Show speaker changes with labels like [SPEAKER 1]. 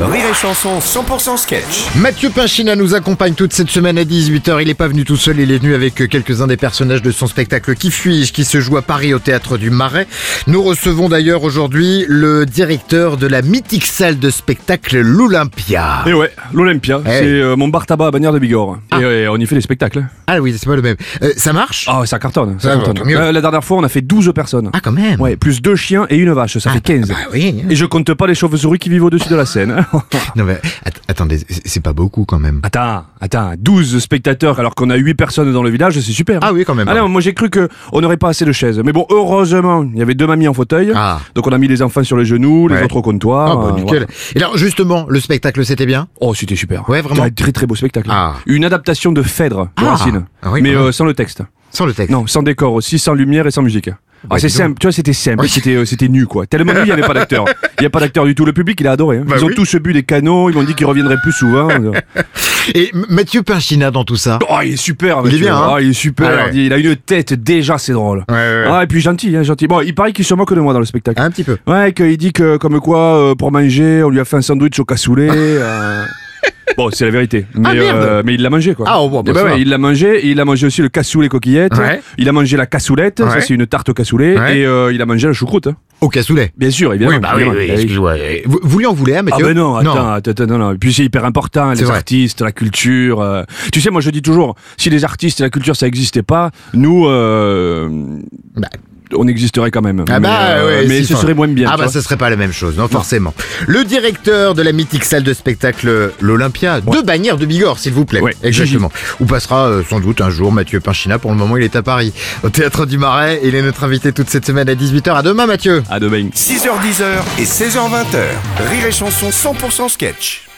[SPEAKER 1] Rire et Chanson 100% sketch.
[SPEAKER 2] Mathieu Pinchina nous accompagne toute cette semaine à 18h. Il n'est pas venu tout seul, il est venu avec euh, quelques-uns des personnages de son spectacle Qui fuis-je qui se joue à Paris au théâtre du Marais. Nous recevons d'ailleurs aujourd'hui le directeur de la mythique salle de spectacle l'Olympia.
[SPEAKER 3] Et ouais, l'Olympia,
[SPEAKER 2] Eh.
[SPEAKER 3] c'est euh, mon bar tabac à Bagnères de Bigorre. Et ouais, on y fait des spectacles.
[SPEAKER 2] Ah oui, c'est pas le même. Euh, ça marche
[SPEAKER 3] Ah ouais, ça cartonne, ça
[SPEAKER 2] Ah,
[SPEAKER 3] cartonne.
[SPEAKER 2] tant mieux.
[SPEAKER 3] Euh, la dernière fois, on a fait 12 personnes.
[SPEAKER 2] Ah quand même
[SPEAKER 3] Ouais, plus deux chiens et une vache, ça fait 15.
[SPEAKER 2] bah oui.
[SPEAKER 3] Et je compte pas les chauves-souris qui vivent au-dessus de la scène. hein.
[SPEAKER 2] Non mais att- attendez, c'est- c'est pas beaucoup quand même.
[SPEAKER 3] attends, attends, 12 spectateurs alors qu'on a 8 personnes dans le village, c'est super.
[SPEAKER 2] Ah oui, quand même,
[SPEAKER 3] Ah non, moi j'ai cru que on n'aurait pas assez de chaises. Mais bon, heureusement, il y avait deux mamies en fauteuil.
[SPEAKER 2] Ah.
[SPEAKER 3] Donc on a mis les enfants sur les genoux, les
[SPEAKER 2] Ouais.
[SPEAKER 3] autres au comptoir.
[SPEAKER 2] Ah bah
[SPEAKER 3] euh,
[SPEAKER 2] nickel.
[SPEAKER 3] voilà.
[SPEAKER 2] Et alors justement, le spectacle c'était bien
[SPEAKER 3] Oh, c'était super.
[SPEAKER 2] Ouais, vraiment.
[SPEAKER 3] Un très très beau spectacle.
[SPEAKER 2] Ah.
[SPEAKER 3] Une adaptation de Phèdre de
[SPEAKER 2] Ah.
[SPEAKER 3] Racine.
[SPEAKER 2] Ah oui,
[SPEAKER 3] mais
[SPEAKER 2] quand même.
[SPEAKER 3] euh, sans le texte.
[SPEAKER 2] Sans le texte.
[SPEAKER 3] Non, sans décor aussi, sans lumière et sans musique. Ah, c'est
[SPEAKER 2] Bah, dis donc.
[SPEAKER 3] simple, tu vois, c'était simple,
[SPEAKER 2] Oui.
[SPEAKER 3] c'était euh, c'était nu quoi. Tellement nu, il n'y avait pas d'acteur. Il n'y a pas d'acteur du tout. Le public, il a adoré. hein.
[SPEAKER 2] Bah
[SPEAKER 3] ils ont
[SPEAKER 2] oui.
[SPEAKER 3] tous bu des canaux, ils m'ont dit qu'ils reviendraient plus souvent.
[SPEAKER 2] Et M- Mathieu Pinchina dans tout ça
[SPEAKER 3] oh, il est super,
[SPEAKER 2] Il est
[SPEAKER 3] monsieur.
[SPEAKER 2] bien, hein.
[SPEAKER 3] Oh, il est super.
[SPEAKER 2] Ah ouais.
[SPEAKER 3] Il a une tête déjà, c'est drôle.
[SPEAKER 2] Ouais, ouais, ouais.
[SPEAKER 3] Ah, et puis gentil, hein, gentil. Bon, il paraît qu'il se moque de moi dans le spectacle.
[SPEAKER 2] Ah, Un petit peu.
[SPEAKER 3] Ouais, qu'il dit que comme quoi, euh, pour manger, on lui a fait un sandwich au cassoulet. euh. Bon, c'est la vérité. Mais,
[SPEAKER 2] Ah,
[SPEAKER 3] euh,
[SPEAKER 2] merde.
[SPEAKER 3] mais il l'a mangé, quoi.
[SPEAKER 2] Ah, oh, bon, bah,
[SPEAKER 3] Eh ben
[SPEAKER 2] ça
[SPEAKER 3] ouais,
[SPEAKER 2] va.
[SPEAKER 3] il l'a mangé. et Il a mangé aussi le cassoulet coquillette.
[SPEAKER 2] Ouais.
[SPEAKER 3] Il a mangé la cassoulette.
[SPEAKER 2] Ouais.
[SPEAKER 3] Ça, c'est une tarte au cassoulet.
[SPEAKER 2] Ouais.
[SPEAKER 3] Et euh, il a mangé la choucroute. hein.
[SPEAKER 2] Au cassoulet.
[SPEAKER 3] Bien sûr, évidemment. évidemment. Eh oui.
[SPEAKER 2] Vous, vous lui en voulez, hein,
[SPEAKER 3] Ah
[SPEAKER 2] Mathieu
[SPEAKER 3] ben non, attends, attends, attends, non, non. Et puis c'est hyper important,
[SPEAKER 2] C'est
[SPEAKER 3] les
[SPEAKER 2] vrai.
[SPEAKER 3] artistes, la culture. euh. Tu sais, moi je dis toujours, si les artistes et la culture ça n'existait pas, nous, euh,
[SPEAKER 2] Bah.
[SPEAKER 3] on existerait quand même.
[SPEAKER 2] Ah bah,
[SPEAKER 3] mais euh,
[SPEAKER 2] ouais,
[SPEAKER 3] mais
[SPEAKER 2] si,
[SPEAKER 3] ce
[SPEAKER 2] enfin.
[SPEAKER 3] serait moins bien.
[SPEAKER 2] Ah
[SPEAKER 3] tu
[SPEAKER 2] bah
[SPEAKER 3] vois.
[SPEAKER 2] ce serait pas la même chose, non, forcément. Le directeur de la mythique salle de spectacle euh, l'Olympia de Bagnères de Bigorre, s'il vous plaît.
[SPEAKER 3] Ouais,
[SPEAKER 2] Exactement. Où passera euh, sans doute un jour Mathieu Pinchina. Pour le moment, il est à Paris, au théâtre du Marais. Il est notre invité toute cette semaine à 18h. À demain, Mathieu.
[SPEAKER 3] À demain.
[SPEAKER 1] 6h10 et 16h20. Rire et Chanson 100% sketch.